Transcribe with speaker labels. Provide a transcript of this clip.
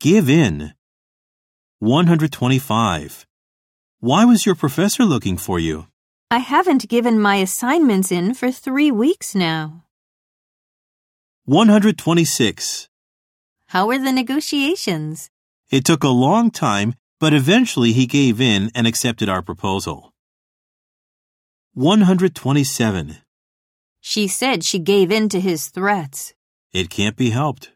Speaker 1: Give in. 125. Why was your professor looking for you?
Speaker 2: I haven't given my assignments in for three weeks now.
Speaker 1: 126.
Speaker 2: How are the negotiations?
Speaker 1: It took a long time, but eventually he gave in and accepted our proposal. 127.
Speaker 2: She said she gave in to his threats.
Speaker 1: It can't be helped.